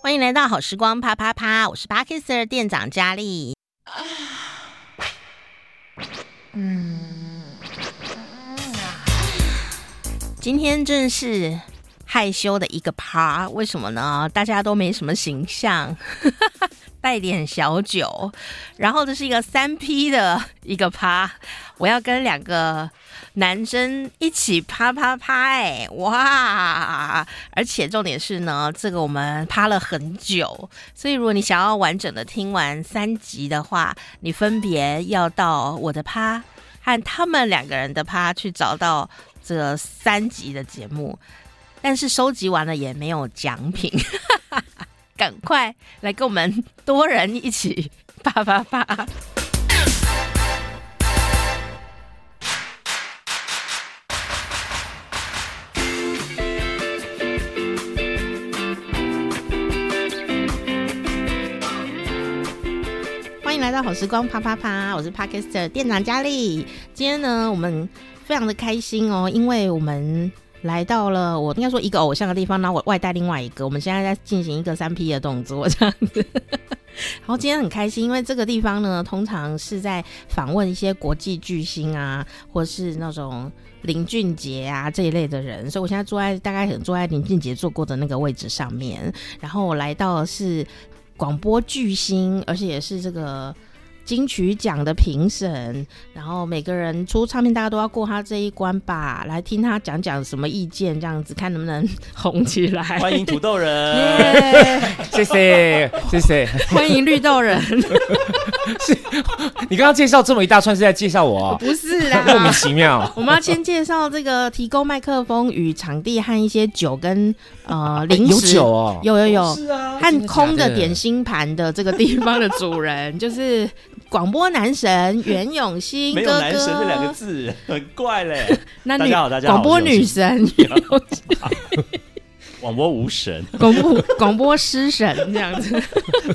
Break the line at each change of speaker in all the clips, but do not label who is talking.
欢迎来到好时光啪啪啪，我是 Parkiser 店长佳丽。嗯今天正是害羞的一个趴，为什么呢？大家都没什么形象， 带点小酒，然后这是一个三 P 的一个趴，我要跟两个男生一起啪啪啪、哎哇！而且重点是呢，这个我们趴了很久，所以如果你想要完整的听完三集的话，你分别要到我的趴和他们两个人的趴去找到这三集的节目。但是收集完了也没有奖品，赶快来跟我们多人一起 啪啪啪！欢迎来到好时光啪啪啪，我是 Parkster 店长佳丽。今天呢，我们非常的开心哦，因为我们来到了我应该说一个偶像的地方，然后我外带另外一个，我们现在在进行一个三 P 的动作这样子。然后今天很开心，因为这个地方呢，通常是在访问一些国际巨星啊，或是那种林俊杰啊这一类的人，所以我现在坐在大概很坐在林俊杰坐过的那个位置上面，然后我来到的是广播巨星，而且也是这个金曲奖的评审。然后每个人出唱片，大家都要过他这一关吧，来听他讲讲什么意见，这样子看能不能红起来。
欢迎土豆 人，
耶，
谢谢谢谢。
欢迎绿豆人，
你刚刚介绍这么一大串是在介绍我、哦，
不是
莫名
啦。
其妙。
我们要先介绍这个提供麦克风与场地和一些酒跟
哎
呃零
有
食，
酒哦，
有有有，
啊，
和空的
真的假的
点心盘的这个地方的主人， 就是广播男神袁永新
没
哥
有
哥，
男神这两个字， 很怪嘞。
那
大
女
家好，大家好，
广播
我是
女
永信，
神、
广播无神，
广播广播诗神这样子，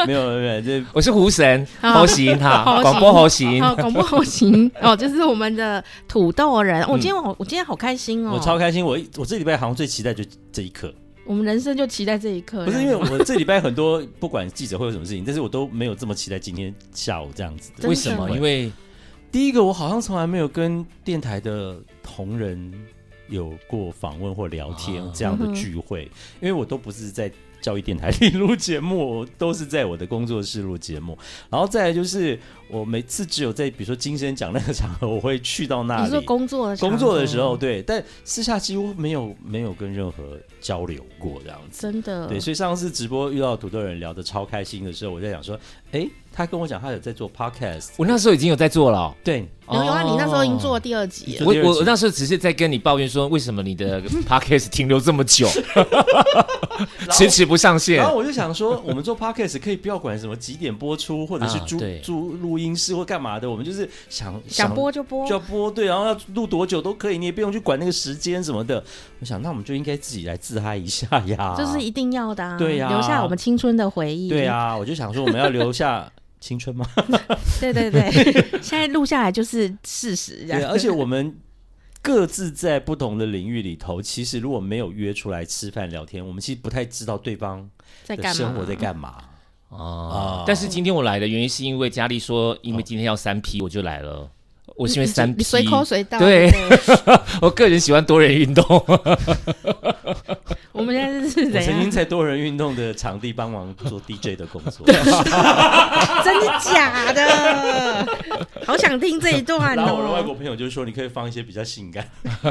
没有没有，没有这
我是胡神
啊
猴形哈，
猴形
广播猴形。
哦，广播好 行哦，就是我们的土豆人。我、
嗯
今天我我今天好开心哦，
我超开心，我一我这礼拜好像最期待就这一刻，
我们人生就期待这一刻，
不是因为
这样子
我这礼拜很多不管记者会有什么事情，但是我都没有这么期待今天下午这样子的。
真的
为什么？因为
第一个，我好像从来没有跟电台的同仁有过访问或聊天
啊
这样的聚会，
嗯
因为我都不是在教育电台里录节目，我都是在我的工作室录节目。然后再来就是，我每次只有在比如说金声奖那个场合，我会去到那
你说
里。
工作的场
工作的
合
时候，，对，但私下几乎没有没有跟任何交流过这样子。
真的
对，所以上次直播遇到土豆人聊得超开心的时候，我在想说，诶，他跟我讲他有在做 podcast，
我那时候已经有在做了哦、
对，
有有啊，
哦
你那时候已经做了第二集了。
我
第二集
我我那时候只是在跟你抱怨说，为什么你 的 podcast 停留这么久，
然后
迟迟不上线
然？后我就想说，我们做 podcast 可以不要管什么几点播出，或者是
啊
租、
对
租录音室或干嘛的，我们就是想
想播就播
就，要播对，然后要录多久都可以，你也不用去管那个时间什么的。我想，那我们就应该自己来自嗨一下呀。
这是一定要的啊！
对呀
留下我们青春的回忆。
对啊，我就想说，我们要留下青 春吗？
对对 对，现在录下来就是事实，这
对，啊
样。
而且我们。各自在不同的领域里头，其实如果没有约出来吃饭聊天，我们其实不太知道对方
在
的
干嘛？
生活在干嘛。啊
哦，但是今天我来的原因是因为佳丽说，因为今天要三 P，我就来了。我是因为三
你
P，
随口随到。
对
不，
我个人喜欢多人运动。
我们现在是
我
怎
曾经
样？
在多人运动的场地帮忙做 DJ 的工 作，
真的假 的？好想听这一段
然后我的外
哦，
国朋友就说你可以放一些比较 性感，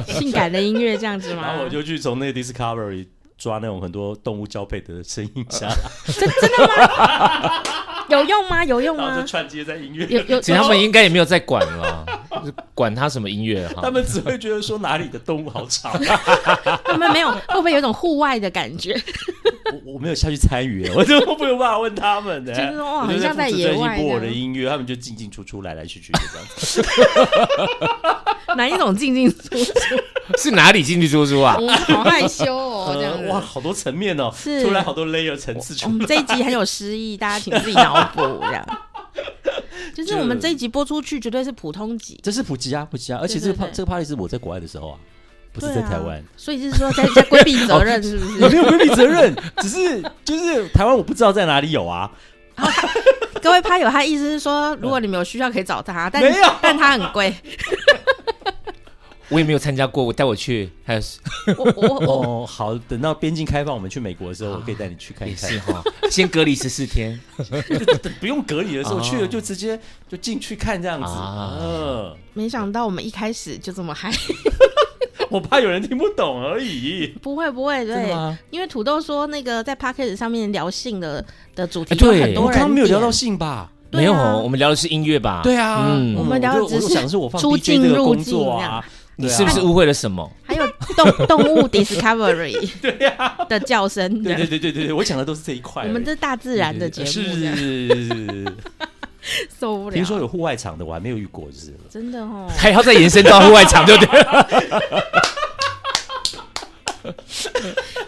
性感的音乐这样子吗？
然后我就去从那个 Discovery 抓那种很多动物交配的声音啊下，
有用吗？有用
然后
吗
就？串接在音乐。
有有，
其实他们应该也没有在管了，就是管他什么音乐 哈
他。们只会觉得说哪里的动物好吵，
他们没有，会不会有种户外的感 觉？
我我没有下去参与， 我都没有办法问他们呢。
就是哇
我就
很像在
在负责
野外
一播我
这
的
样
音乐，他们就进进出出，来来去去的这样子。
哪一种进进出出？
是哪里进去出出啊？
我嗯好害羞 哦，这样
呃
子
哇，。好多层面哦，
是哦
突然好多 layer 层次
我
出
们
来。
这一集很有诗意，大家请自己脑补这 样。就是
就
我们这一集播出去，绝对是普通集，
这是普及啊，普及啊！而且
对
这个
对
pa-
对
这个 party 是我在国外的时候啊，不是在台湾。
所以就是说在在规避责任，是不
我
是？
没有规避责任，只是就是台湾我不知道在哪里有啊，
各位趴友，他意思是说，如果你们有需要可以找他，但
没有
但他很贵。
我也没有参加过，我带我去，还有
我我我
哦，好，等到边境开放，我们去美国的时候，我可以带你去看一
也
看
是。哈，先隔离十四天，
不用隔离的时候
哦
去了，就直接就进去看这样子。
啊
嗯，
没想到我们一开始就这么嗨，
我怕有人听不懂而已。
不会不会，
真
对
的，吗？
因为土豆说那个在 p a c k a g e 上面聊性的的主题，
哎对
很
我
多
刚
人
刚没有聊
点
到性吧？
对啊
没有，我们聊的是音乐吧？
对啊，
嗯
嗯
我们聊的
就
只是
我就想是我放
出
DJ
境
这个
入
工
境
作
这样
啊，
你
对啊
是不是误会了什么？
还有动动物 discovery 的叫声，
对对对对对对，我讲的都是这一块而
我
已。
们这大自然的节目，
是
这样
是是是 是。
受不了。
听说有户外场的，我还没有遇过，就是了。
真的 哦，
还要再延伸到户外场，对不对？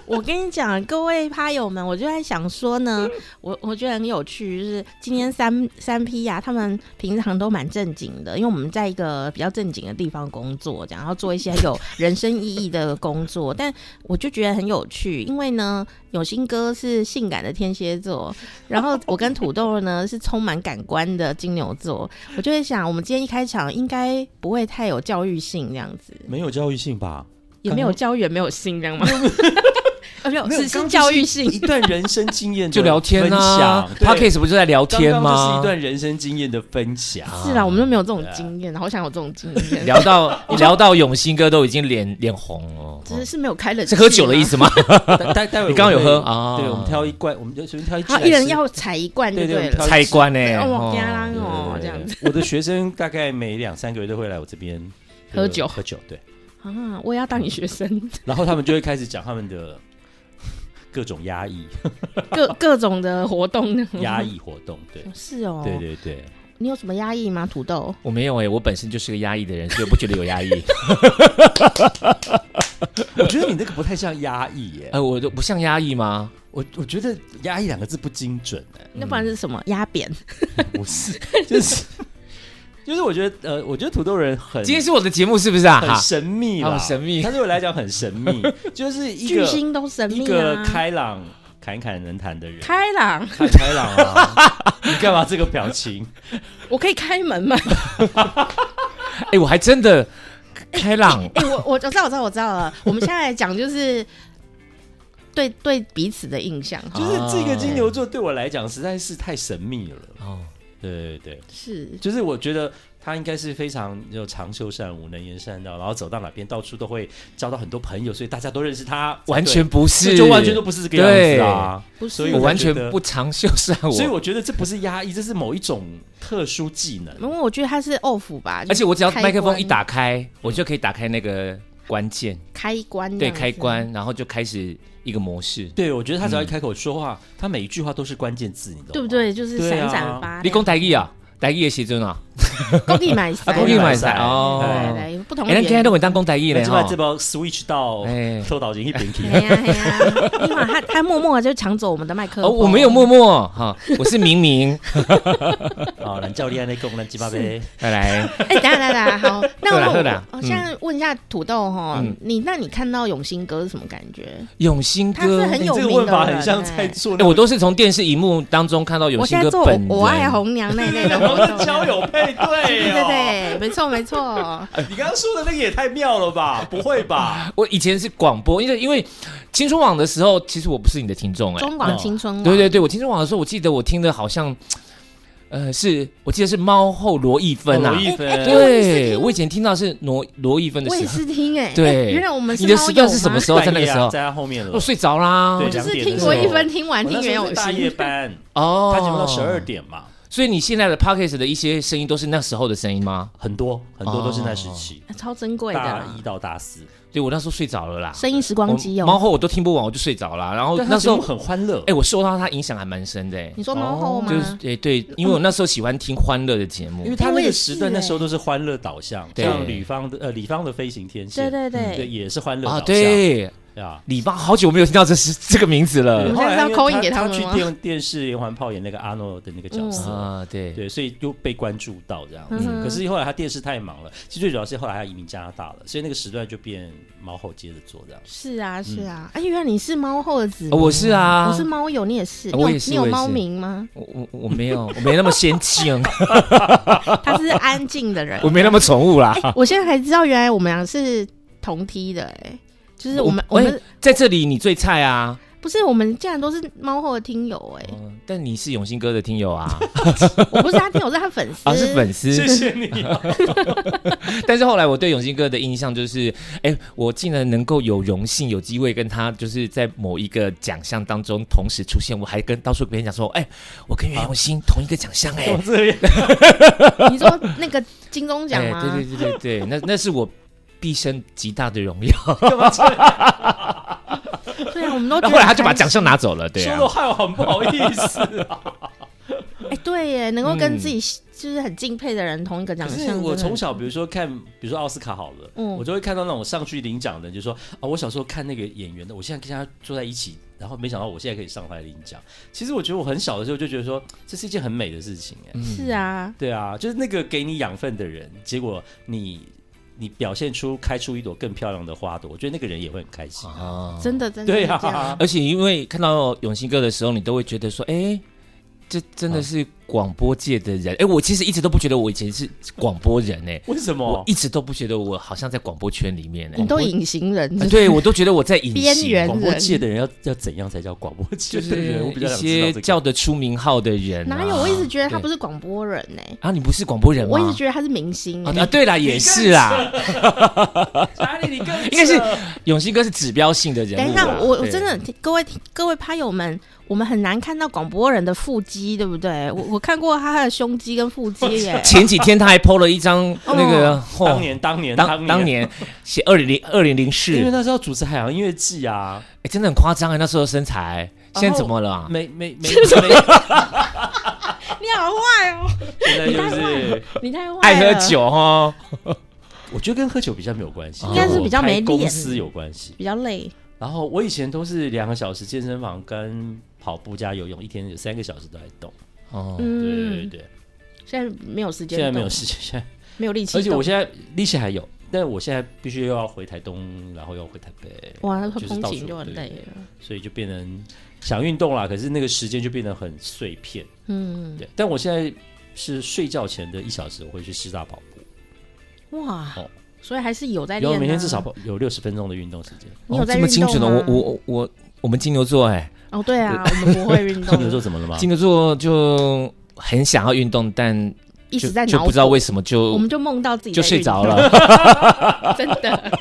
我跟你讲，各位趴友们，我就在想说呢，
嗯
我我觉得很有趣，就是今天三三批呀、他们平常都蛮正经的，因为我们在一个比较正经的地方工作，这样然后做一些很有人生意义的工作，但我就觉得很有趣，因为呢，永兴哥是性感的天蝎座， 然后我跟土豆呢是充满感官的金牛座，我就会想，我们今天一开场应该不会太有教育性这样子，
没有教育性吧？
也没有
刚
教育，也没有性，这样 吗？啊，没有，
没有
只
刚
是
刚
教育
就是一
性。
段人生经验的
就聊天啊
分享对
p o d c a s 不就在聊
刚
天
刚就是
吗啊
一？段人生经验的分享。
是啦，我们都没有这种
啊
经验，好想有这种经验。
聊 到聊到永兴哥都已经脸脸红了，
只是是啊没有开冷气，
是喝酒的意。思 吗？
待待待会
你刚刚有喝
我们
啊
对，我们挑一罐，我们就随便挑一支
好，
来吃。
一人要踩一罐就
对对我们
了
挑。
菜官呢
对，哦，
哦
加啦哦
对，
这样子。
我的学生大概每两三个月都会来我这边
喝
呃
酒
喝酒对，
啊，我也要当你学生，
然后他们就会开始讲他们的各种 压抑、
各各种的活动呢。
压抑活动，对
哦是哦，
对对对，
你有什么压抑吗？土豆，
我没有哎，我本身就是个压抑的人，所以我不觉得有压抑。
我觉得你那个不太像压抑耶，
哎，我都不像压抑吗？
我我觉得压抑两个字不精准哎，
那不然是什么？压扁？
不是，就是 就是我觉得呃，我觉得土豆人很
今天是我的节目是不是啊？
很
哈，
神秘
好
啦，
神秘
他对我来讲很神 秘，就是一
巨
个
星都神
一
秘
个
啊，
开朗、侃侃而谈的人，
开朗，
很开朗啊！ 你干嘛这个表情？
我可以开门 吗？
哎，我还真的开朗，
哎、我我我知道，我知道，我知道了。我们现在来讲就是对对彼此的印象，
好
就是这个金牛座对我来讲实在是太神秘了。
哦，
对对对，
是
就是我觉得他应该是非常有长袖善舞、能言善道，然后走到哪边到处都会交到很多朋友，所以大家都认识他。
完全不是，
这就完全都不是这个样子啊！
不是
所以
我
我
完
才觉
全
得
不长袖善舞，
所以我觉得这不是压抑，这是某一种特殊技能。
因为我觉得他是 off 吧，
而且我只要
就是
麦克风一
开
打开，我就可以打开那个关键，
关，开关
对，
这样子
开，关，然后就开始一个模式。
对，我觉得他
嗯
只要一开口说话，他每一句话都是关键字，你懂吗？
对不？对？就是
对
闪
啊
闪发亮，
你讲台语啊，台语的时阵啊，
高地买伞，
高
啊，讲
地
语
买
买
伞
晒哦。
对对，不同
哎，咱
人
今天都会当讲台语
那
嘞
起码这
吼。
包 switch 到
哎，
偷岛型一边去
哎。呀哎呀，因为他他默默地就抢走我们的麦克
哦，
风，
我没有默默哈，我是明 明。哎
哦，咱教练那个我们鸡巴呗，
来来，
哎，等一下等一下， 好，那
喝啦
我
喝啦
我
嗯
现在问一下土豆哈
嗯，
你那你看到永兴哥是什么感觉？
永兴
他是
哥，
很
你
有
这
名
个
的
问法
人
很像
哎
在做
哎
那
我都是从电视荧幕当中看到永
我
兴
现在
哥
做
本人。哦
我我爱红娘那类的活
我
动
们的交友
对
配对哦。哎
对对，没错没错，
你刚刚说的那个也太妙了吧？不会吧？
我以前是广播，因为因为青春网的时候，其实我不是你的听众哎。
中广青春网，
对对对，我青春网的时候，我记得我听的好像，呃，是我记得是猫后罗一芬啊。
罗一
哎哎
芬，
我也是
对，
听
我以前听到是罗罗一芬的
我
时
也
候，
是听哎、
对
哎原来我们
你的
猫
时
友
段是什么
吗
时候？在那个时
半夜啊
候，
在他后面了
我。哦睡着啦
对。
我就是
两点
听
的
罗
时
一
候
分，听完
我
听
那
袁
时候
有
是大
新
夜，班，
哦，
他节目到十二。点嘛，
所以你现在的 podcast 的一些声音都是那时候的声音吗？
很多很多都是那时期，
哎超珍哦贵的
大
啦
一，到大四，
对我那时候睡着了啦，
声音时光机
我猫
哦。
后我都听不完，我就睡着了。然后
但他
哦那时
节
候
目，很欢乐
哎、。我受到他影响还蛮深的、哎
你说猫后吗？
就是对对，因为我那时候喜欢听欢乐的节目
因为，他
我
那
也
个
是
时段那
哎
时候都是欢乐导向，
对
像吕方的呃李方的飞行天线，
对对对
也是欢乐
啊，
导向。
对，
呀。呃
李巴好久没有听到这是这个名字
我
了
们现在是要
后来
call in
他
给他
他
们
去
吗
电电视连环炮演那个阿诺的那个角色，
啊，对，
对，所以就被关注到这样子。
嗯
可是后来他电视太忙了，其实最主要是后来他移民加拿大了，所以那个时段就变猫后接着做这样。
是啊，是啊，哎，原来你是猫后的子民啊，
嗯哦我是啊
我是猫友，你也是，
啊
你有
我也是
你有
我也是？
猫名吗
我我我没有，我没那么先进，
他是安静的人
我，没那么宠物 啦。
哎，我现在才知道，原来我们俩是同梯的、哎，就是我们我
我
们
在这里你最菜啊，
不是我们竟然都是猫后的听友、 哎、
嗯但你是永兴哥的听友 啊，
我不是他听友，是他粉丝，
啊是粉丝，
谢谢你啊、
但是后来我对永兴哥的印象就是，哎、我竟然能够有荣幸有机会跟他就是在某一个奖项当中同时出现，我还跟到处别人讲说，哎、我跟袁永兴同一个奖项、哎、
我这边
你说那个金钟奖
哎
吗？
对对对对对，那那是我毕生极大的荣耀。
对啊，我们都觉
然
得
后后来他就把
很开
奖项拿走了，对
说
啊
的，害我很不好意思啊。
心，哎、对耶，能够跟
嗯
自己就是很敬佩的人同一个奖
可是
项，
我
真的
从小，比如说看，比如说奥斯卡好了，
嗯
我就会看到那种上去领奖的，就说啊，我小时候看那个演员的，我现在跟他坐在一起，然后没想到我现在可以上台领奖。其实我觉得我很小的时候就觉得说，这是一件很美的事情哎、
嗯
是啊，
对啊，就是那个给你养分的人，结果你你表现出开出一朵更漂亮的花朵，我觉得那个人也会很开心。
啊，
真的真的
对
是
啊
这样
而且因为看到永兴哥的时候，你都会觉得说，哎、这真的是广播界的人。哎、我其实一直都不觉得我以前是广播人哎、
为什
我
么？
一直都不觉得我好像在广播圈里面呢、哎
你都隐形人，
啊对我都觉得我在隐形
边缘
广播界的人要要怎样才叫广播界
就
的
是
人？我比较
一
想知道
些
这个。
叫得出名号的人啊、
哪有？我一直觉得他
对
不是广播人呢、
啊，你不是广播人吗？
我一直觉得他是明星、
啊啊，对啦，也是啦，
哪里？你更
应该是永兴哥是指标性的
啊
人物啦。
等一下，我我
对，
真的各位各位拍友们，我们很难看到广播人的腹肌，对不对？我我看过他的胸肌跟腹肌 耶
前几天他还 PO 了一张
哦
那个嚯
当年当年
哦当
当
当年写二零零二零零四，
因为
哎
那时候主持海洋音乐季啊，，
真的很夸张哎，那时候的身材，
哦
然后
现在怎么了
嗯
嗯啊？
没没 没没，
你好坏哦，
现在就是
你太坏了，
爱喝，酒哦，
我觉得跟喝酒比较没有关系，
应该是
比较没
跟公
脸
司有关系。
比较累，
然后我以前都是两个小时健身房跟跑步加游泳，一天有三个小时都在动。
哦，
对对
嗯，
对，
现在没有时间
现
动，
在没有时间，现在
没有力气动，
而且我现在力气还有，但我现在必须又要回台东，然后又要回台北，
哇，那
就是
通
到
勤
处
就很累
对
了，
所以就变成想运动啦，可是那个时间就变得很碎片。
嗯，
对，但我现在是睡觉前的一小时，我会去师大跑步。
哇
哦，
所以还是有在
然
练
后
啊，
每天至少跑有六十分钟的运动时间。
你有
哦
在
这么精准的，
运动吗
我我我我我们金牛座哎，
哦，对啊，我们不会 运
金牛
动，
座怎么了吗？
金牛座就很想要运动，但
一直
就
在
就
脑
不知道
补
为什么
我
就
们就梦到自己
就
在
睡
运
着
动，
了。
真的，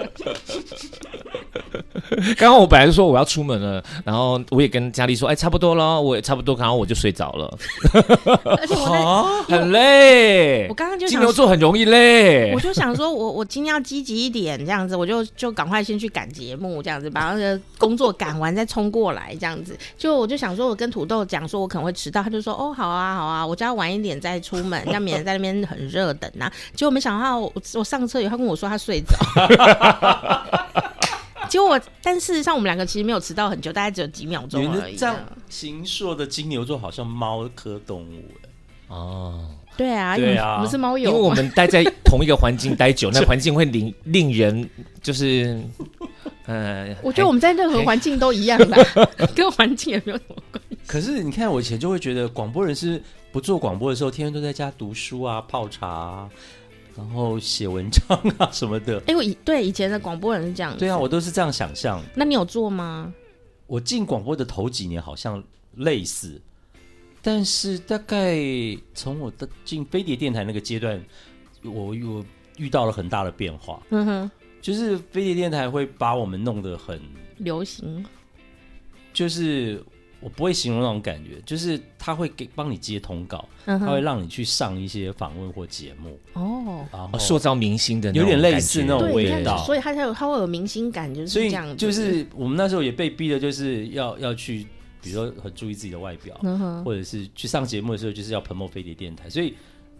刚刚我本来就说我要出门了，然后我也跟佳丽说，哎，差不多了，我也差不多，然后我就睡着了，
而
啊
且我在。
很累
我。刚刚就
哦金
想
牛座很容易累
我，就想说我，我今天要积极一点，这样子，我就就赶快先去赶节目，这样子把那个工作赶完再冲过来，这样子。就我就想说，我跟土豆讲说，我可能会迟到，他就说哦，好啊，好啊，我就要晚一点再出门，这样免得在那边很热等啊。结果没想到我，我上车以后，他跟我说他睡着。 结果我，但事实上我们两个其实没有迟到很久，大概只有几秒
你
钟而
的
已
这
这样。
样形硕的金牛座好像猫科动物哎、
哦，
对啊，
对
因为我
啊
们是猫
因为
友
我
嘛，
们待在同一个环境待久，那环境会令令人就是，呃，
我觉得我们在任何环境都一样啦， 跟环境也没有什么关系。
可是你看，我以前就会觉得广播人是不做广播的时候，天天都在家读书啊、泡茶、啊，然后写文章啊什么 的。
哎、我以对以前的广播人是这样子。
对啊，我都是这样想象。
那你有做吗？
我进广播的头几年好像类似，但是大概从我的进飞碟电台那个阶段，我我遇到了很大的变化，
嗯哼，
就是飞碟电台会把我们弄得很
流行
就是我不会形容那种感觉，就是他会给帮你接通告，
嗯
他
哼
会让你去上一些访问或节目，
哦，
然后
哦塑造明星的那种
有点类似
感
那
觉
种
对，
味
你看
道
所以他才有他会有明星感，就是
所
这
以
样子，
就是我们那时候也被逼的，就是要要去，比如说很注意自己的外表，
嗯哼，
或者是去上节目的时候，就是要 promote 飞碟电台，所以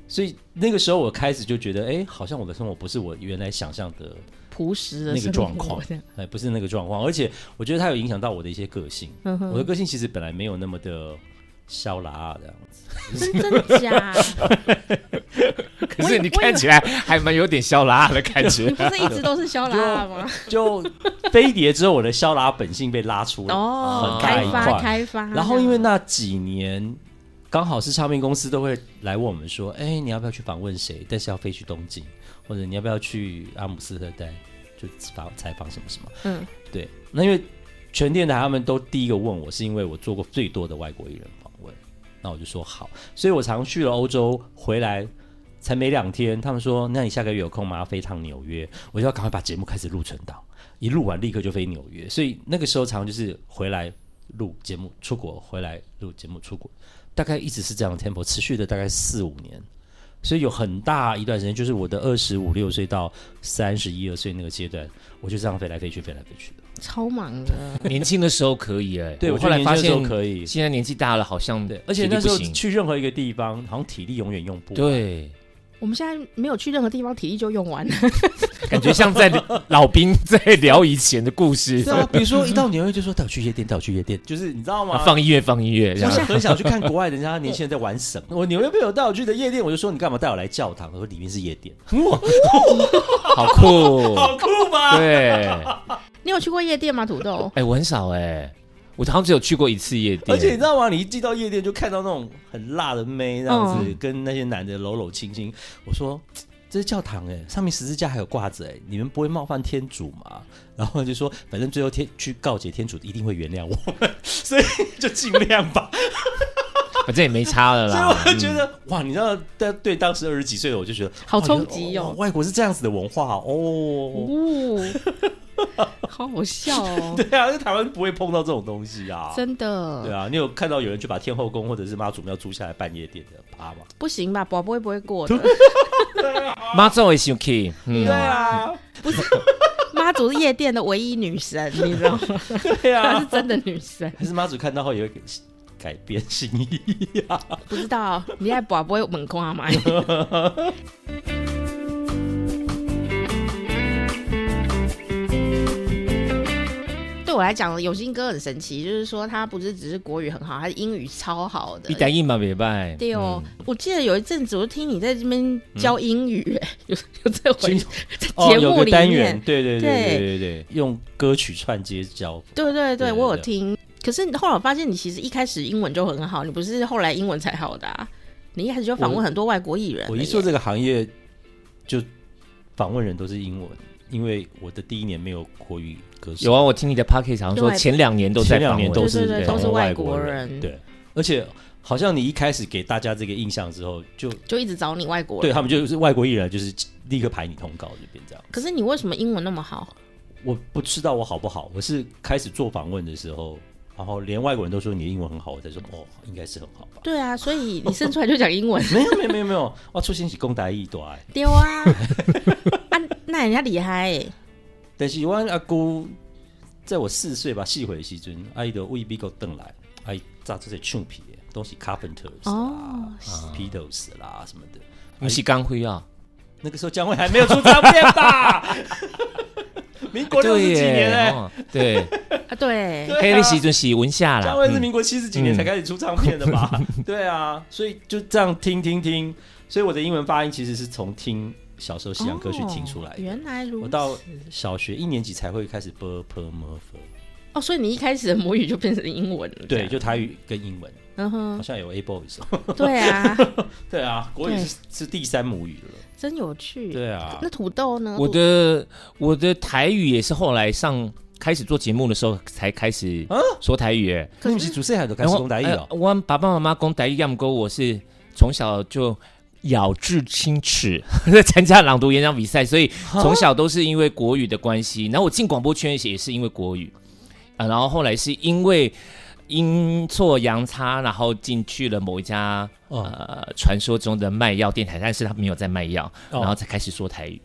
所以那个时候我开始就觉得，哎，好像我的生活不是我原来想象的，
朴实的
那
生活
个状况
这样
哎，不是那个状况。而且我觉得它有影响到我的一些个性，
嗯
我的
哼，
个性其实本来没有那么的消拉啊这样。
真真假？
可
我
是
以我
你
以
看
为
起来还蛮有点小拉的感
你
觉。
不是一直都是肖拉拉吗？
就飞碟之后，我的肖拉本性被拉出来，
哦
很，大
开
一
发
块。
开发。
然后因为那几年刚好是唱片公司都会来问我们说，哎，你要不要去访问谁？但是要飞去东京，或者你要不要去阿姆斯特丹，就访采访什么什么。
嗯，
对，那因为全电台他们都第一个问我，是因为我做过最多的外国艺人访问，那我就说好，所以我常去了欧洲，回来才没两天，他们说那你下个月有空吗？飞趟纽约，我就要赶快把节目开始录存档，一录完立刻就飞纽约，所以那个时候常就是回来录节目，出国回来录节目，出国，大概一直是这样的 tempo，持续的大概四五年。所以有很大一段时间，就是我的二十五六岁到三十一二岁那个阶段，我就这样飞来飞去，飞来飞去的。
超忙的，
年轻的时候可以哎、
对，我
后来发
觉得
现
年轻的时候可以，
现在年纪大了，好像
对，而且
体力
那时候
不行
去任何一个地方，好像体力永远用不完。
对，
我们现在没有去任何地方，体力就用完了。
感觉像在老兵在聊以前的故事
是，啊，比如说一到纽约就说带我去夜店，带我去夜店，就是你知道吗？
啊放音乐放音乐这
我
样。
想很想去看国外人家年轻人在玩什么。我纽约朋友带我去的夜店，我就说你干嘛带我来教堂？我说里面是夜店，哇，
好 酷，
好酷 吧？
对，
你有去过夜店吗？土豆？
哎、我很少哎、我好像只有去过一次夜店，
而且你知道吗？你一进到夜店就看到那种很辣的妹，这样
嗯
子、跟那些男的搂搂亲亲。我说嘖这是教堂哎、上面十字架还有挂着哎、你们不会冒犯天主吗？ 然后就说反正最后天去告解天主一定会原谅我 们，所以就尽量 吧。
反正也没差了
所以我
啦。嗯
就觉得、哇，你知道，但对当时二十几岁的我就觉得
嗯好
哇
冲击
原来
哦
外国是这样子的文化哦。
哦，好好笑哦，
对啊，在台湾不会碰到这种东西啊。
真
对
的
啊，你有看到有人去把天后宫或者是妈祖庙租下来办夜店的趴吗？
不行吧？宝贝不会过 的，
妈祖也生气，嗯，
啊，
妈祖是夜店的唯一女神，你知道吗？
对
她
啊
是，真的女神，
还是妈祖看到后也会改变心意。
不知道你在宝贝门啊框吗？对我来讲，永兴哥很神奇，就是说他不是只是国语很好，他是英语超好的
一。嗯单一嘛，别拜。
对哦，我记得有一阵子我听你在这边教英语，哎、有有这回
其
节
有
目
个
里
单
面
元，对对对
对
对对对，用歌曲串接教。
对对对，
对
我有
对
听。可是后来我发现，你其实一开始英文就很好，你不是后来英文才好的、啊。你一开始就访问很多外国艺人了耶。
我一做这个行业，就访问人都是英文，因为我的第一年没有国语歌手，
有啊，我听你的 p o c k e t 好像说
对
前两年都在
前两
访问，
年都
对对
是
对
访
都是
问
外
外国
国人
人，对，而且好像你一开始给大家这个印象之后，就
就一直找你外国
对
人。
他们就是外国艺人，就是立刻排你通告，就变这样。
可是你为什么英文那么 好？。
我不知道我好不好，我是开始做访问的时候，然后连外国人都说你的英文很好，我才说哦，应该是很好吧，
对啊，所以你生出来就讲英文
没有没有没有没 有，哇，出现是公达一多哎，
丢啊！ 啊，那人家厉害耶、
但是我阿姑在我四岁吧，四岁的时阵，阿姨就为美国邓来，阿姨炸这些唱片的，都是 Carpenters 啊
哦
啦、Beatles 啦啊什么的。
不是刚辉啊，
那个时候姜惠还没有出唱片 吧？民国六
对
十几年
耶，
哎、
哦对，
啊！对，
对啊
黑历史准是文夏啦
嘉，惠是
嗯
民国七十几年才开始出唱片的 吧？对啊，所以就这样听听听，所以我的英文发音其实是从听小时候西洋歌曲听出来
哦
的。
原来如
我
此。
到小学一年级才会开始 b p m f，
哦，所以你一开始的母语就变成英文了。这
对，
样
就台语跟英文，
嗯
好
哼，
像有 a boys，
对 啊，
对啊，国语
对
是是第三母语了，
真有趣。
对啊
那，土豆呢？
我的我的台语也是后来上开始做节目的时候才开始
啊
说台语耶。
可
你
是
不是主持人都开始讲台语哦
呃，我爸爸妈妈讲台语，要么跟我是从小就咬至清齿， 在参加朗读演讲比赛，所以
啊
从小都是因为国语的关系。然后我进广播圈也是因为国语，啊，然后后来是因为。阴错阳差，然后进去了某一家、
哦
呃传说中的卖药电台，但是他没有在卖药，
哦
然后才开始说台语，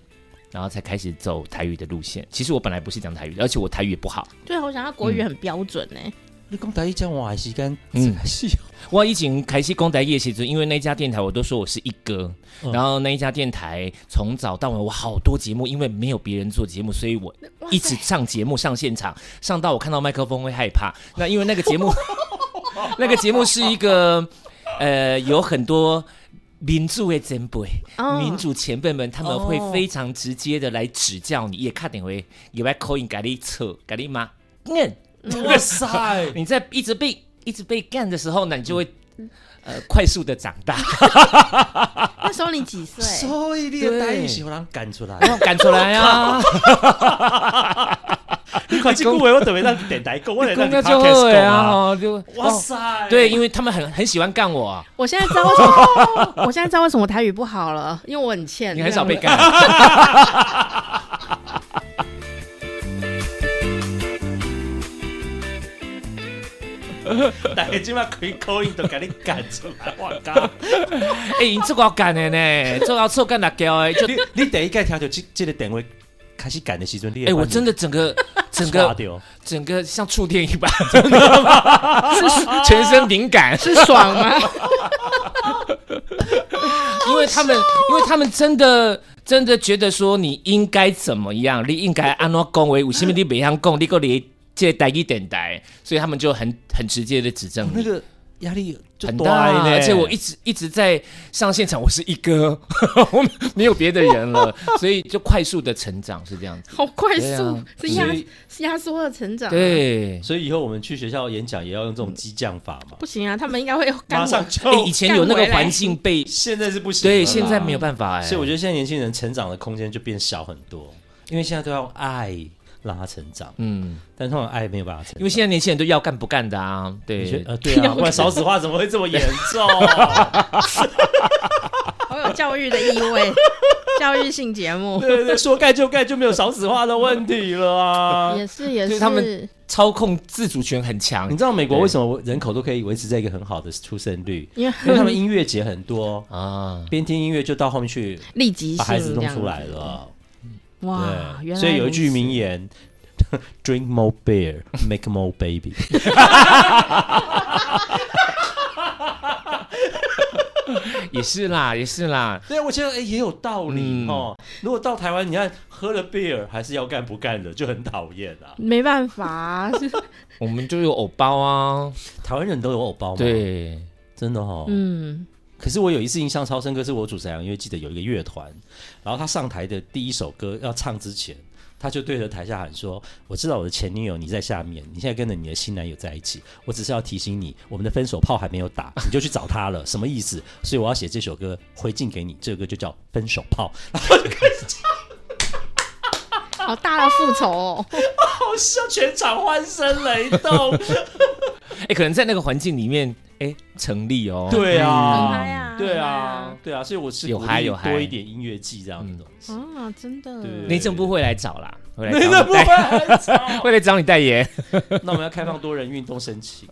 然后才开始走台语的路线。其实我本来不是讲台语的，而且我台语也不好。
嗯
对啊，我想要国语很标准哎、
你讲台语讲话的时间，
嗯
嗯，是
我以前开始讲台夜其实因为那一家电台我都说我是一哥，
嗯
然后那一家电台从早到晚我好多节目，因为没有别人做节目，所以我
哇塞
一直上节目上现场，上到我看到麦克风会害怕。那因为那个 节目，那个节目是一个呃有很多。民主的前辈、
哦
民主前辈们，他们会
哦
非常直接的来指教你，也看点会也来口音给你扯，给你骂，嗯，
哇塞，
你在一直被一直被干的时候呢，你就会、
嗯
呃快速的长 大，
那时候你几岁？
所以你的台语是有人赶出来的。
然后赶出来啊，
你看这句话我特别让电台讲，我得让
公
你
交就
podcast
会
讲
啊，
啊。
哦就
哇
哦
塞，
对，因为他们很很喜欢干我、啊，
我现在知道为什么， 我现在知道为什么我台语不好了，因为我很欠。
你很少 被
这样
干。
大家今麦开口音都给你赶出来，我靠！
哎、你这个要干的呢，这个要臭干辣椒哎，就
你你第一个听到这这个电话开始赶的时阵，你
哎、我真
的
的整个整个
掉，
整个像触电一般， 全身敏感，
是爽吗？
因为他们，因为他们真的真的觉得说你应该怎么样，你应该安怎讲为，有什么你袂晓讲，你个连这台语电台，所以他们就很很直接的指正
哦那
你。
个压力就欸
很
大
大
呢。
而且我一直一直在上现场，我是一哥，我 没有别的人了，所以就快速的成长是这样 子。
好快
对
速
啊，
是
所
压
以
是压缩的成长。，
对，
所以以后我们去学校演讲也要用这种激将法嘛，
不行啊，他们应该会干
马
我。
上就
哎、以前有那个环境被，
现在是不行，
对，现在没有。办法哎、
所以我觉得现在年轻人成长的空间就变小很多，因为现在都要用爱让他成长，
嗯，
但通常爱没有办法成长。
因为现在年轻人都要干不干的啊，
你觉
对
得，呃对啊，不然少子化怎么会这么严重？
好有教育的意 味，教育性节目
对对对，说盖就盖就没有少子化的问题了啊！
也是也
就是
是，
他们操控自主权很强
你，知道美国为什么人口都可以维持在一个很好的出生率？
因为
因为他们音乐节很多，
啊，
边听音乐就到后面去
立即
把孩
性
子
这
弄
样
出来
子。
了。
哇，
对，
原来
所以有一句
如此
名言：“Drink more beer, make more baby。
也是啦， 也是啦”，
对啊，我觉得哎也有道理
嗯
哦。如果到台湾，你看喝了 beer 还是要干不干的，就很讨厌啊。
没办法啊， 是
我们就有偶包啊，
台湾人都有偶包吗？，
对，
真的哦。
嗯，
可是我有一次印象超深刻，是我主持人，因为记得有一个乐团，然后他上台的第一首歌要唱之前，他就对着台下喊说：“我知道我的前女友你在下面，你现在跟着你的新男友在一起，我只是要提醒你，我们的分手炮还没有打，你就去找他了，什么意思？所以我要写这首歌回敬给你，这首歌就叫《分手 炮》，
好大的复仇哦，
好像全场欢声雷动。
哎、可能在那个环境里面，哎、成立哦，
对
很
啊，
嗨啊，
对
很
啊，对啊，所以我是
有
鼓
嗨
励
有嗨
多一点音乐季这样的东西
嗨。啊，啊，真的，
对
内政部会来找啦，会来
真的
找
不
你代，
会很吵
会来找你代 言，
那我们要开放多人运动申请。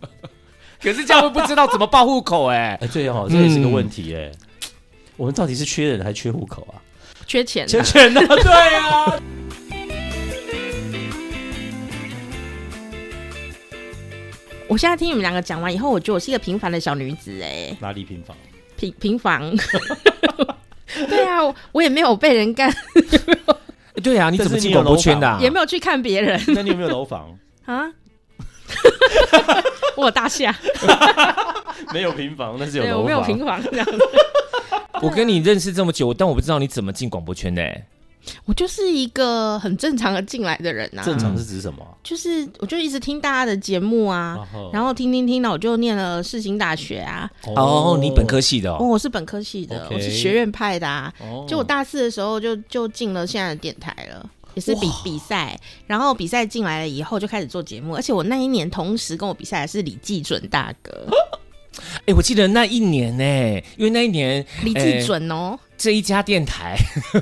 可是教会不知道怎么报户口哎、
哎，对哦，这也是个问题
嗯
哎、我们到底是缺人还是缺户口啊？
缺钱啊，
缺 人啊，对啊。
我现在听你们两个讲完以后，我觉得我是一个平凡的小女子哎，
哪里平房？
平平凡。对啊，我我也没有被人干，
对啊，你怎么进广播圈的、啊？
也没有去看别人
那你有没有楼房？
啊。我有大厦，
没有平房，但是有
对我
楼
没有
房。
平房这样子。
啊我跟你认识这么久，但我不知道你怎么进广播圈的、哎
我就是一个很正常的进来的人呐、啊
正常是指什么？哦
就是我就一直听大家的节目啊，
后
然后听听听到我就念了世新大学啊，
哦，你本科系的
哦，
哦，
我是本科系的
OK
我是学院派的啊。
哦
就我大四的时候就就进了现在的电台了，也是比比赛，然后比赛进来了以后就开始做节目，而且我那一年同时跟我比赛的是李济准大哥，
哎、我记得那一年呢、哎因为那一年
李
哎
济准哦，
这一家电台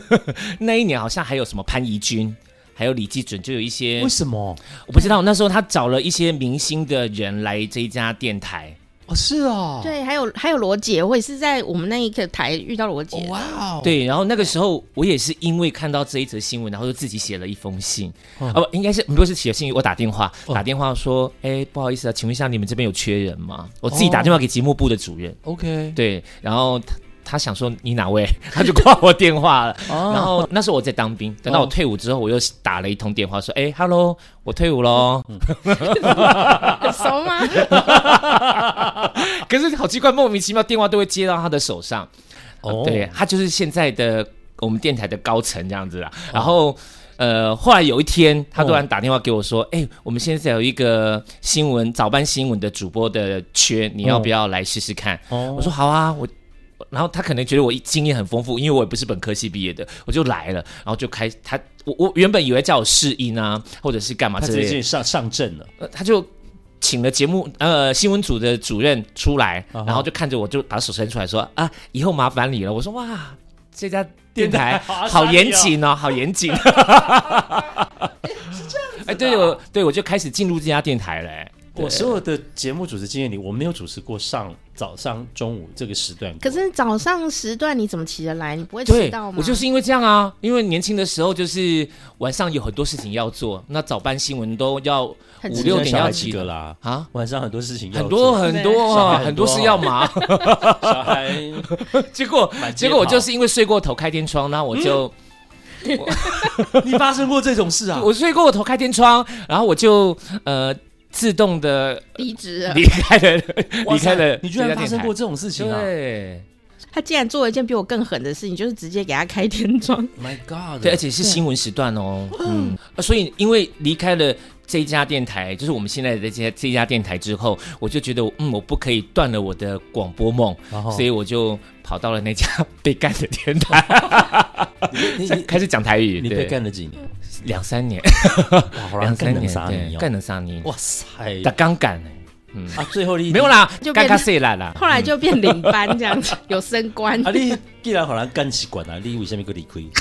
那一年好像还有什么潘怡君，还有李济准，就有一些
为什么？
我不知道那时候他找了一些明星的人来这一家电台，
哦，是哦，，
对，还有还有罗姐，我也是在我们那一个台遇到罗姐的。
哇哦，，
对，然后那个时候我也是因为看到这一则新闻，然后就自己写了一封信，
哦
哦、不，应该是不是写信，我打电话，
哦
打电话说，哎，不好意思啊，请问一下你们这边有缺人吗？
哦
我自己打电话给节目部的主任，
OK，
对，然后他他想说你哪位，他就挂我电话了。
哦
然后那时候我在当兵，等到我退伍之后，我又打了一通电话说，哎，hello，我退伍喽。
很 熟吗？
可是好奇怪，莫名其妙电话都会接到他的手上。
哦
哦，对他就是现在的我们电台的高层这样子啦。然后。呃，后来有一天，他突然打电话给我说：“哎、我们现在有一个新闻早班新闻的主播的缺，你要不要来试试看？”
哦
我说：“好啊，我。”然后他可能觉得我经验很丰富，因为我也不是本科系毕业的，我就来了，然后就开他我我原本以为叫我试音啊，或者是干嘛
他
之
直
类的，
接上上阵了，
呃，他就请了节目呃新闻组的主任出来，
啊哈
然后就看着我，就把手伸出来说啊，以后麻烦你了。我说哇，这家电台
好啊
好严，谨哦，好严 谨。
啊
哎，对，我对我就开始进入这家电台了、哎
我所有的节目主持经验里，我没有主持过上早上、中午这个时段过。
可是早上时段你怎么起得来？你不会迟
对
到吗？
我就是因为这样啊，因为年轻的时候就是晚上有很多事情要做，那早班新闻都要
很
五
迟
六
现在
点
小
要
孩
起
几个啦，
啊，
晚上很多事情要
很多
做
很多
小孩
啊
很
很多
多
事要忙，
小孩，
结果
满街
结果我
跑
就是因为睡过头开天窗，然后我就、
你发生过这种事啊？
我睡过头开天窗，然后我就呃自 动的
离职了。
离开了，
哇
离
塞
开了，
你居然发生过
这
这种事情啊
对
他竟然做了一件比我更狠的事情，就是直接给他开天窗。
？My God！
对，而且是新闻时段哦，嗯，呃所以因为离开了。这一家电台就是我们现在的这家这家电台之后，我就觉得嗯，我不可以断了我的广播梦，
然后
所以我就跑到了那家被干的电台，
你你
开始讲台语。
你
对
被干了几年？
两三年，
哇，好像
两三
干能
年，
杀你
对
哦！
干了三年，
哇塞
打！刚干欸
啊，最后你
没有啦
就，变
嘎嘎碎 啦啦。
后来就变领班这样子， 有升官
啊，。你既然好像干习惯了，你为什么个理亏？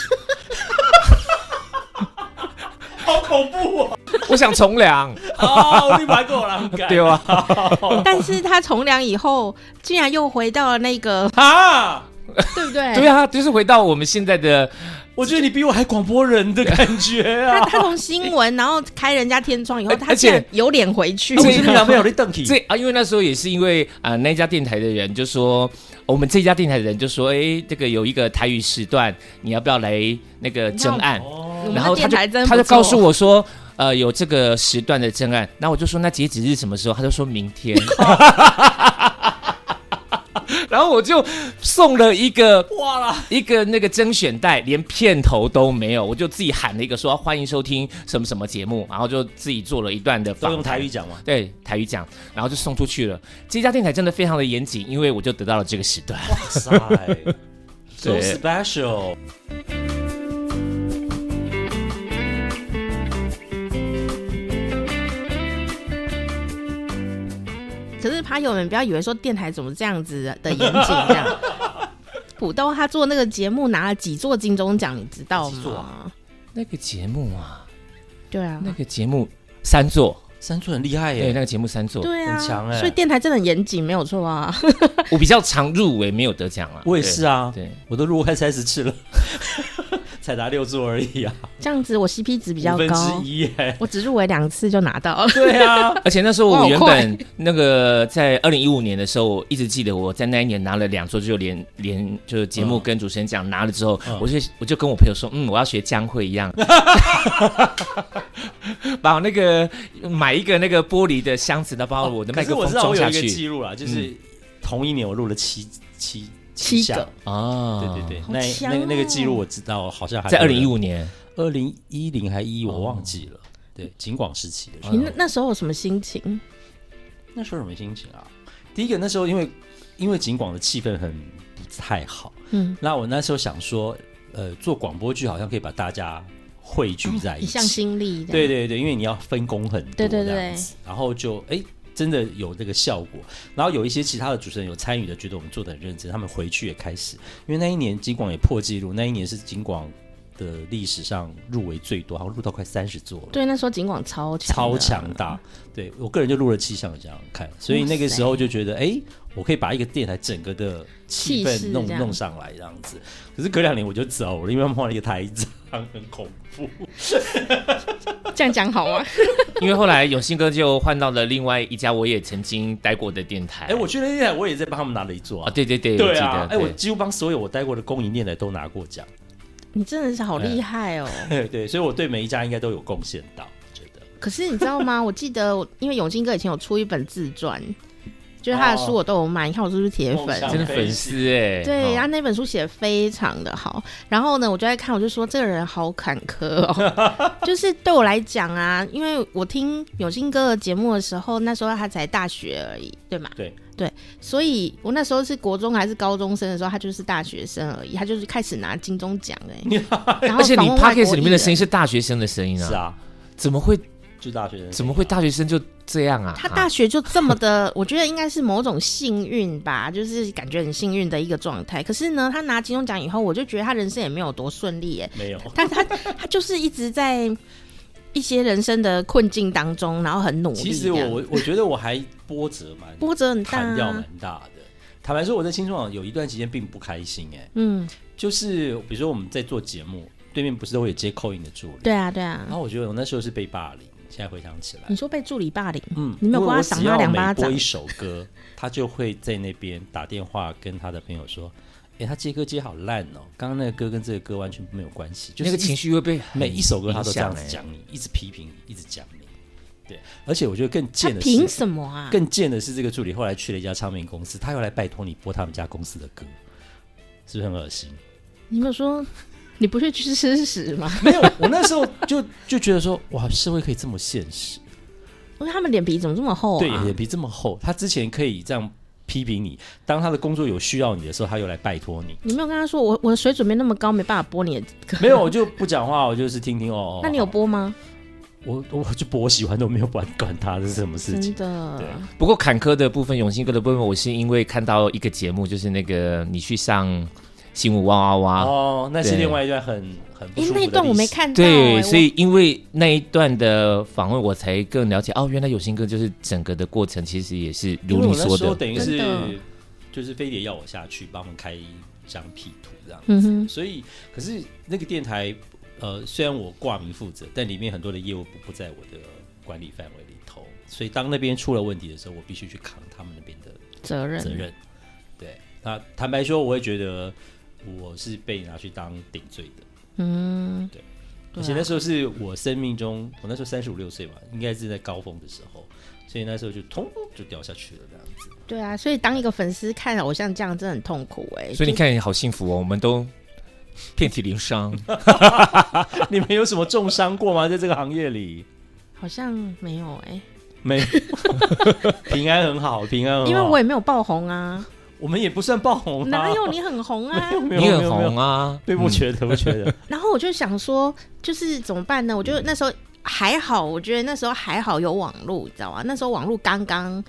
好恐怖哦！
我想从良，
哦，你买过狼干
对啊吧？
但是他从良以后，竟然又回到了那 个，
啊！
对不对？
对啊，就是回到我们现在的，
我觉得你比我还广播人的感觉
他
啊！
他从新闻，然后
哎
开人家天窗以后，
而
他
而且
竟然有脸回去。
我今天男朋友在瞪
哎
起，
这啊，因为那时候也是因为啊、呃那家电台的人就说，我们这家电台的人就说，哎，这个有一个台语时段，你要不要来那个征案？
哦
我们
然
的
后他
电
就
台真
他就告诉
我，
我说，呃，有这个时段的征案，那我就说那截止日什么时候？他就说明 天。 然后我就送了一个
哇啦！
一个那个甄选带，连片头都没有，我就自己喊了一个说欢迎收听什么什么节目，然后就自己做了一段的
都
访
用台
谈
语，讲嘛？
对台语讲，然后就送出去了。这家电台真的非常的严谨，因为我就得到了这个时 段。
哇塞，so
对
special！
可是趴友们不要以为说电台怎么这样子的严谨这 样。土豆他做那个节目拿了几座金钟奖，你知道
几座啊
吗？
那个节目啊，
对啊，
那个节目三座，
三柱很厉害
对，
耶，
那个节目三座，
对啊，
很强欸
所以电台真的很严谨，没有错啊。
我比较常入围，没有得奖啊。
我也是啊，
对，对，
我都录快三十次了， 才拿六座而已啊，
这样子我 CP 值比
五
较
分
高
之，一 耶。
我只入围两次就拿到 了。
对啊，
而且那时候
哇好
我原
快
本那个在二零一五年的时候，我一直记得我在那一年拿了两座，就连连就是节目
嗯
跟主持人讲拿了之后，
嗯
我就我就跟我朋友说，嗯，我要学江慧 一样，把我那个买一个那个玻璃的箱子，然后把我的麦
可是
克
我
风
知道
装
我有
下
一个
去嗯
记录啦，就是同一年我录了七七
七
项
个，
啊
对对对，
好
那
强
那个那个
哦
记录我知道，好像还
在二零一五哦年，
二零一零还一我忘记了，对，景广时期的时候
你哎那那时候有什么心情？
那时候什么心情啊？第一个那时候因为因为景广的气氛很不太好，
嗯，
那我那时候想说，呃，做广播剧好像可以把大家汇聚在
哦一
一
项
起。
心力，
哎对，对对，因为你要分工很多
对对
这
对
样子，然后就哎。真的有这个效果，然后有一些其他的主持人有参与的，觉得我们做的很认真，他们回去也开始，因为那一年金广也破纪录，那一年是金广的历史上入围最多，好像入到快三十座了。
对，那时候景广超强，
超强。大。对我个人就录了七项这样看，所以那个时候就觉得，哎、我可以把一个电台整个的
气
气
势
氛弄
这样
弄上来这样子。可是隔两年我就走了，因为换了一个台长，很 恐怖。
这样讲好吗？
因为后来永信哥就换到了另外一家我也曾经待过的电台。
哎、我去了电台，我也在帮他们拿了一座啊。
啊，对对对，
对
我
啊
记得，
哎、我
对
几乎帮所有我待过的公营电台都拿过奖。
你真的是
哎
好厉害哦！
对，所以我对每一家应该都有贡献到，我觉得。
可是你知道 吗？我记得我，因为永金哥以前有出一本自传，就是他的书我都有买，你看我是不是铁
哦梦
粉？
想
真的粉丝哎、
对，
哦
然后那本书写的非常的好。然后呢，我就在看，我就说这个人好坎坷哦。 就是对我来讲啊，因为我听永兴哥的节目的时候，那时候他才大学而已，对吗？
对
对，所以我那时候是国中还是高中生的时候，他就是大学生而已，他就是开始拿金钟奖 哎。然后
而且你
访问外国
podcast 里面的声
艺
音是大学生的声音啊，
是啊，
怎么会
就大学生
怎么会大学生就这样啊？
人，他
啊
大学就这么的， 我觉得应该是某种幸运吧，就是感觉很幸运的一个状态。可是呢，他拿金钟奖以后，我就觉得他人生也没有多顺利哎。
没有？
但他 他就是一直在一些人生的困境当中，然后很努力这
其
样。
实
啊
我我我觉得我还波折蛮
波折很大、
弹掉
啊
蛮，大的。坦白说，我在青创有一段时间并不开心、哎，
嗯，
就是比如说我们在做节目，对面不是都会有接扣音的助理，
对啊，对
然
啊。
后我觉得我那时候是被霸凌，现在回想起来
你，说被助理霸凌，
嗯，
你没有帮
因为
他
我
赏
只
他
要
两巴
每播
掌
一首歌，他就会在那边打电话跟他的朋友说。哎、他接歌接好烂哦！刚刚那个歌跟这个歌完全没有关系，就是
啊那个
一
情绪会被
每一首歌他都这样子
影响
讲你，一直批评你，一直讲你。对，而且我觉得更
他
贱的
凭
是，
什么啊？
更贱的是这个助理后来去了一家唱片公司，他又来拜托你播他们家公司的歌，是不是很恶心？
你没有说你不是去吃屎吗？
没有， 我那时候就就觉得说，哇，社会可以这么现实，
因为他们脸皮怎么这么厚
对，
啊？
脸皮这么厚，他之前可以这样批评你，当他的工作有需要你的时候，他又来拜托你。
你没有跟他说我我的水准没那么高，没办法播你的歌。
没有，我就不讲话，我就是听听哦。哦
那你有
好
播吗？
我我就播我喜欢的，我没有管管他这是什么事
真
情。
的，
啊
哎不过坎坷的部分，永兴哥的部分，我是因为看到一个节目，就是那个你去上新闻哇哇哇，
哦，那是
啊对
另外一段很很不
哎
舒，服的
那一段我
历
没
史
看到、哎
对，
我
所以因为那一段的访问，我才更了解哦，原来有心哥就是整个的过程其实也是
因
如
为
你
我那
说
时候
的，
等于
真
是
的
就是飞碟要我下去帮忙开一张 P 图这样，
嗯哼，
所以可是那个电台呃虽然我挂名负责，但里面很多的业务不不在我的管理范围里头，所以当那边出了问题的时候，我必须去扛他们那边的
责任
责任。对，那坦白说，我会觉得我是被拿去当顶罪的。
嗯，
对
对
而
啊
且那时候是我生命中，我那时候三十五六岁嘛，应该是在高峰的时候，所以那时候就通就掉下去了这样子。
对啊，所以当一个粉丝看偶像这样，真的很痛苦哎、
所
就
以你看你好幸福哦，我们都遍体鳞伤，
你们有什么重伤过吗？在这个行业里，
好像没有哎、
没，平安很好，平安很好。
因为我也没有爆红啊，
我们也不算爆红、啊，
哪有你很红啊？
没有？
你
没有没
很
有没有
红啊，
对，不
嗯
觉得，不觉得。
然后我就想说，就是怎么办呢？我就那时候还好，我觉得那时候还好有网络，你知道吗？那时候网络刚刚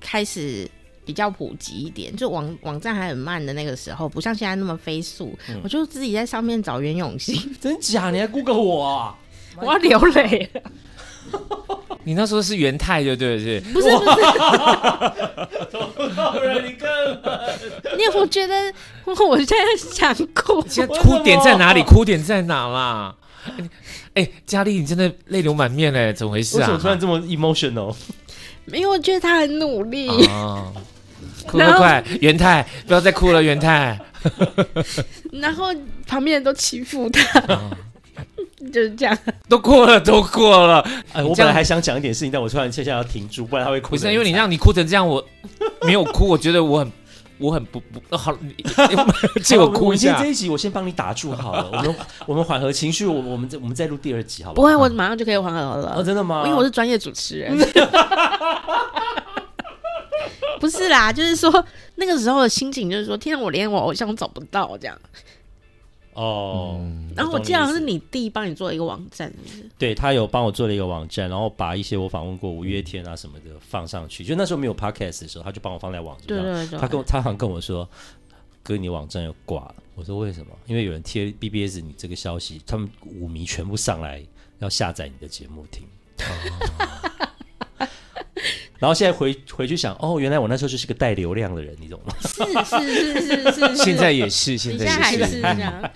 开始。比较普及一点，就网网站还很慢的那个时候，不像现在那么飞速。我就自己在上面找袁永新，
真假？你还 Google 我、啊？
我要流泪了。
嗯你那时候是元泰对对对，
不是不是，
不然你看，
你有没有觉得我现在想哭？
现在哭点在哪里？哭点在哪啦？哎，佳丽，你真的泪流满面嘞，怎么回事
为什么
啊？
突然这么 emotional？
没有，我觉得他很努力。
啊，哭快快，元泰，不要再哭了，元泰。
然后旁边人都欺负他，就是这样。
都过了，都过了。
哎，
你
我
这
本
样
来还想讲一点事情，但我突然现在要停住，不然他会哭。
不是因为你让你哭成这样，我没有哭，我觉得我很我很不不好，你借我哭一
好今
下
天这。一集我先帮你打住好了，我 们我们缓和情绪，我我们再我们再录第二集好
不
好？
会，我马上就可以缓和
哦，
了，
真的吗？
因为我是专业主持人。 不是啦，就是说那个时候的心情，就是说，天啊，我连我偶像都找不到这样。
哦，
嗯
然后我
我懂你的意思
记得好像是你弟帮你做一个网站，是不是
对他有帮我做了一个网站，然后把一些我访问过五月天啊什么的放上去。就那时候没有 podcast 的时候，他就帮我放在网
对
站上。
对对。
他跟我他好像跟我说，哥，你网站又挂了。”我说：“为什么？因为有人贴 BBS 你这个消息，他们舞迷全部上来要下载你的节目听。然后现在回回去想，哦，原来我那时候就是个带流量的人，你懂吗？
是是是是是，
现在也是，现
你
在
现在还
也
是这样，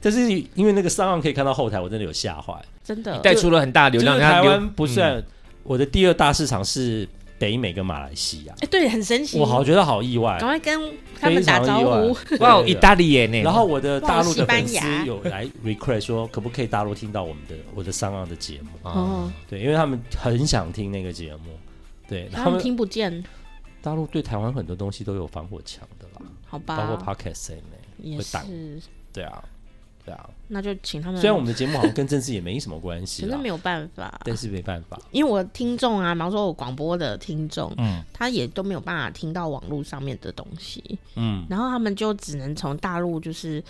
但是因为那个上岸可以看到后台，我真的有吓坏。
真的
带出了很大的流
就是
量，
台
人家流嗯
湾不算、我的第二大市场是北美跟马来西亚，
哎，对，很神奇。
我好觉得好意外
赶，快跟他
非
们打
常
招
意
呼
外。。
哇，
对
意大利耶呢，
然后我的大陆的粉
西
丝
班牙
有来 request 说，可不可以大陆听到我们的我的上岸的节目？
哦，
对，因为他们很想听那个节目。对
他
他
们
们
听不见，
大陆对台湾很多东西都有防火墙的啦，
好
包括
吧？
podcast 在内。
也
会挡
是，
对啊，对啊。
那就请他们。
虽然我们的节目好像跟政治也没什么关系
真的
啦
没，有办法，
但是没办法。
因为我听众啊，比方说我广播的听众，
嗯
他也都没有办法听到网络上面的东西，
嗯，
然后他们就只能从大陆就是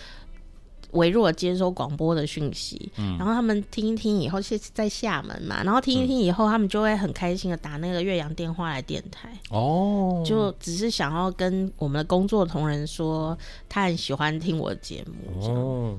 微弱地接收广播的讯息，
嗯
然后他们听一听以后，是在厦门嘛，然后听一听以后，他们就会很开心的打那个岳阳电话来电台，
哦，
就只是想要跟我们的工作同仁说，他很喜欢听我的节目，这样
哦，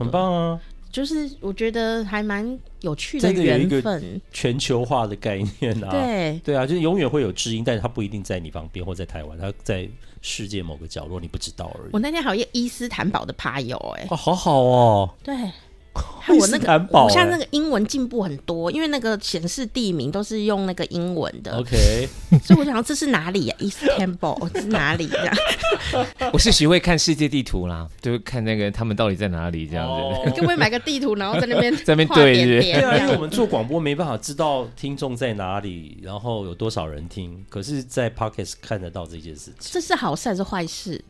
很棒啊！
就是我觉得还蛮有趣的
真的有一
缘
个
分，
全球化的概念啊，
对。
对啊，就是永远会有知音，但是它不一定在你旁边或在台湾，它在世界某个角落，你不知道而已
我。那天还有一个伊斯坦堡的趴友、哎、
哇，好好 哦，
对，还
伊
有我
斯
那个
坦堡
我像
哎
那个英文进步很多，因为那个显示地名都是用那个英文的，
OK，
所以我想说这是哪里呀、啊伊斯坦堡哦是哪里啊呀、
我是学会看世界地图啦，就是看那个他们到底在哪里这样
哦
子。
你可不可以买个地图，然后在那边
在那边
画
对
点
是不是
点
对
这
啊，因为我
样？
们做广播没办法知道听众在哪里，然后有多少人听，可是，在 Pockets 看得到这件事情，
这是好事还是坏事？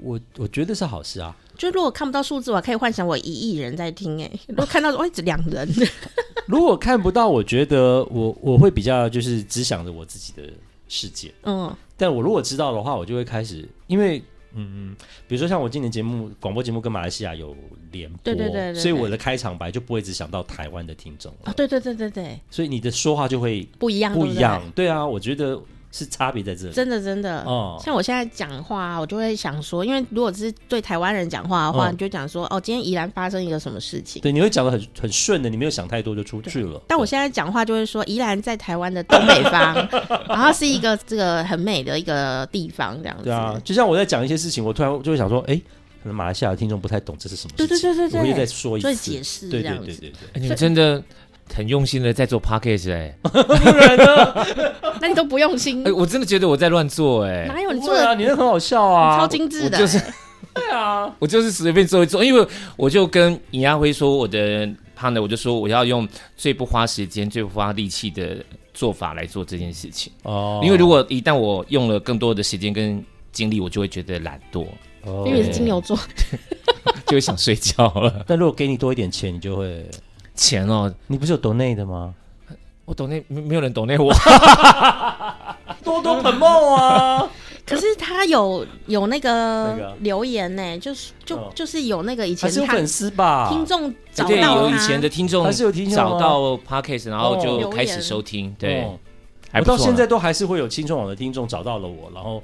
我我觉得是好事啊。
就如果看不到数字，我可以幻想我一亿人在听哎、如果看到哦，只两人，
如果看不到，我觉得我我会比较就是只想着我自己的世界，
嗯，
但我如果知道的话，我就会开始，因为嗯，比如说像我今年节目广播节目跟马来西亚有联播，
对对对对对
所以我的开场白就不会只想到台湾的听众了
哦，对对对对对，
所以你的说话就会
不一样，
不一样
对。
对啊，我觉得是差别在
不对
这里。
真的真的，
哦，
像我现在讲话啊，我就会想说，因为如果是对台湾人讲话的话，
嗯
你就讲说哦，今天宜兰发生一个什么事情。
对，你会讲的很很顺的，你没有想太多就出去了。
但我现在讲话就会说，宜兰在台湾的东北 方，然后是一个这个很美的一个地方，这样子。
对啊，就像我在讲一些事情，我突然就会想说，哎，可能马来西亚的听众不太懂这是什么事
对
情，
对对对对
我会再说一
就会
次
解释这
对对
样子。
对对对，
哎你们真的很用心的在做 podcast 哎、
嗯
那你都不用心，
哎、我真的觉得我在乱做哎、
哪有你
不
做
会啊，
的、
你那很好笑啊，
超精致的、
我就是
欸
对啊，
我就是随便做一做，因为我就跟尹亚辉说我的 partner，我就说我要用最不花时间、最不花力气的做法来做这件事情，
哦
因为如果一旦我用了更多的时间跟精力，我就会觉得懒 惰，
哦
因为你是金牛座，
就会想睡觉了。
但如果给你多一点钱，你就会。
钱哦，
你不是有 donate 的吗？
我懂那没没有人懂那我，
多多捧梦啊！
可是他有有那
那个
个
啊
留言呢、就是就、
哦
就是有那个以
还
前
是有
他
粉丝吧？
听众找
对，
到
有
他，
以前的听众
啊还是有听众啊
找到 podcast，然后就
哦
开始收听，对，
哦
还
我
不错
到
啊
现在都还是会有青春网的听众找到了我，然后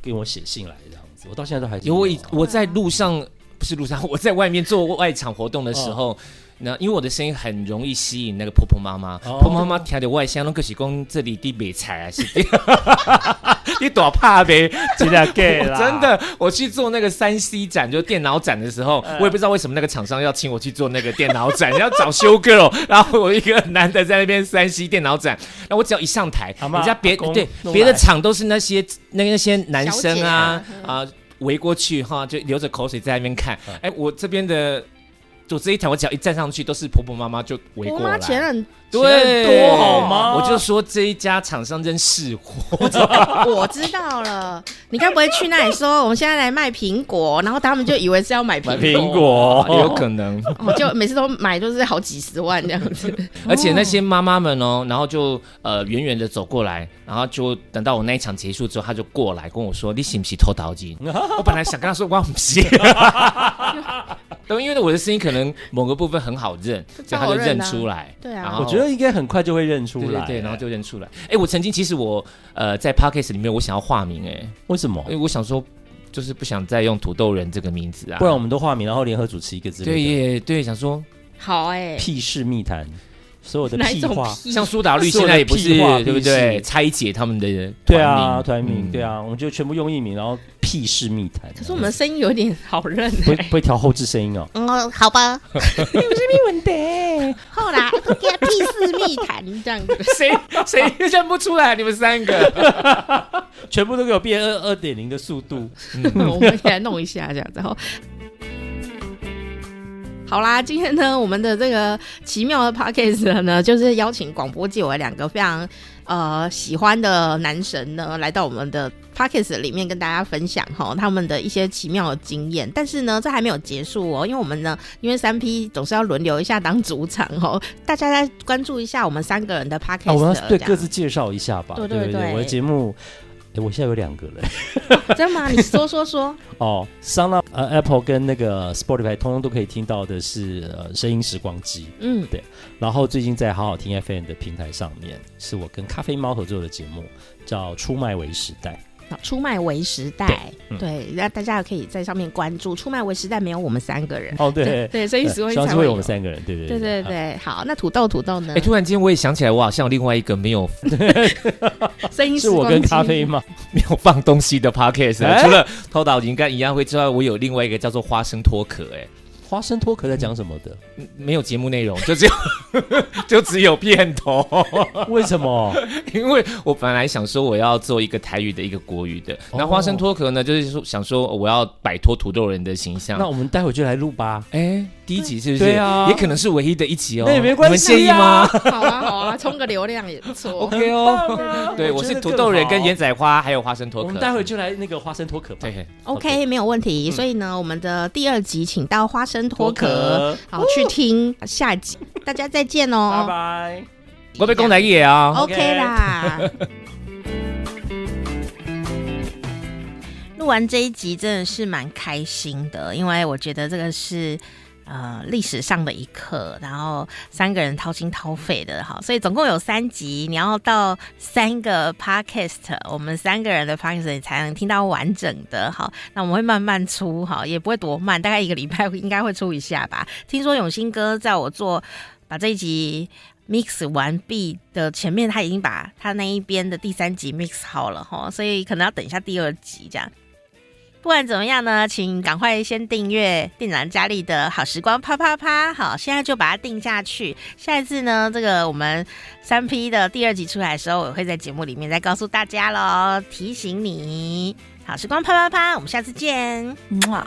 给我写信来这样子。我到现在都还是
有我
啊
以我在路上不是路上， 我在外面做外场活动的
嗯
时候，那、因为我的声音很容易吸引那个婆婆妈妈，
哦
婆婆妈妈听着外乡，那个是讲这里的美菜啊，是的，你多怕呗。
真的 gay
我真的，我去做那个三 C 展，就是电脑展的时候，
嗯
我也不知道为什么那个厂商要请我去做那个电脑展，要找修 girl，然后我一个男的在那边三 C 电脑展，那我只要一上台，
阿嬷
人家别
阿公
对
弄来
别的厂都是那些那那些男生啊
小姐
啊
嗯
围过去哈，就流着口水在那边看，哎，我这边的。走这一条，我只要一站上去，都是婆婆妈妈就围
我
过
妈
来。
前任
对，
啊钱多好吗
我就说这一家厂商真是货。
我知道 了，你该不会去那里说我们现在来卖苹果，然后他们就以为是要买苹
苹
果，
果
有可能。
哦，就每次都买都是好几十万这样子。
而且那些妈妈们哦，然后就呃远远的走过来，然后就等到我那一场结束之后，她就过来跟我说：“你是不是偷 桃金？”我本来想跟她说：“我不是。” 对，因为我的声音可能某个部分很好认，所以她就认出来。
对
然
啊，
后
我觉得应该很快就会认出
对
来。
对对，然后就认出来。哎，我曾经其实我呃在 podcast 里面我想要化名，哎，
为什么
因为我想说就是不想再用土豆人这个名字啊，
不然我们都化名，然后联合主持一个之类的。
对耶对，想说
好哎、
屁事密谈，所有的
哪一
屁
种
话。
屁？
像苏打绿
所
现
有的
在也不是
屁话
对不
屁事
对？拆解他们的
对啊，团
名
名对
啊。
啊，我们就全部用艺名，然后屁事密谈。
可是我们的声音有点好认
不
哎、
会不会调后置声音哦。
嗯，好 吧。
你不是密文的，
后来不跟他屁事密谈这样子，
谁 谁认不出
啊
来？你们三个，
全部都给我变二二点零的速 度。
我们起来弄一下这样子，然后。好啦，今天呢，我们的这个奇妙的 podcast 呢，就是邀请广播界我两个非常呃喜欢的男神呢，来到我们的 podcast 里面跟大家分享哈他们的一些奇妙的经验。但是呢，这还没有结束哦，因为我们呢，因为三 P 总是要轮流一下当主场哦，大家再关注一下我们三个人的 podcast、
啊，我们要对
这样
各自介绍一下吧。
对对
对不
对
我的节目，诶我现在有两个了。
真的吗？你说说说，
哦 s o n d 呃 Apple 跟那个 Spotify 通通都可以听到的是呃声音时光机。
嗯，
然后最近在好好听 FM 的平台上面，是我跟咖啡猫合作的节目，叫《出卖为时代》。
出卖为时代，
嗯
对，那大家可以在上面关注。出卖为时代没有我们三个人，
哦， 对，
对，所以
对
时会
希望
才
是为
有
我们。三个人，啊对对
对对
对
对，好，那土豆土豆呢
哎，？突然间我也想起来，我好像有另外一个没有
声音时
啊是
光
我
机
跟咖啡猫，
没有放东西的 podcast，、
哎
除了偷打应该一样会之外，我有另外一个叫做花生脱壳，哎，
花生脱壳在讲什么的？
嗯没有节目内容，就只有 就只有片头。
为什 么？
因为我本来想说我要做一个台语的一个国语的，
哦
那花生脱壳呢，就是说想说我要摆脱土豆人的形象
那。我们待会就来录吧。
哎，第一集是不是？
对啊
也可能是唯一的一集哦。
那也没关系啊
你们介意吗？
好啊好啊，冲个流量也不错。
OK 哦， 对，
我
我
觉
是
得
土
更
豆人
好
跟盐仔花还有花生脱
我
壳。
们待会就来那个花生脱壳吧。
对，
OK，没有问题。
嗯
所以呢，我们的第二集请到花生脱壳，，好去听下集。大家再见
拜
哦。
拜。
我被公仔也啊。
OK 啦。 录完这一集真的是蛮开心的，因为我觉得这个是呃历史上的一刻，然后三个人掏心掏肺的哈，所以总共有三集，你要到三个 podcast，我们三个人的 podcast 你才能听到完整的哈。那我们会慢慢出哈，也不会多慢，大概一个礼拜应该会出一下吧。听说永兴哥在我做把这一集 mix 完毕的前面，他已经把他那一边的第三集 mix 好了哈，所以可能要等一下第二集这样。不管怎么样呢，请赶快先订阅店长佳丽的好时光啪啪啪，好，现在就把它定下去。下一次呢，这个我们三 P 的第二集出来的时候，我会在节目里面再告诉大家喽，提醒你。好时光啪啪啪，我们下次见，么。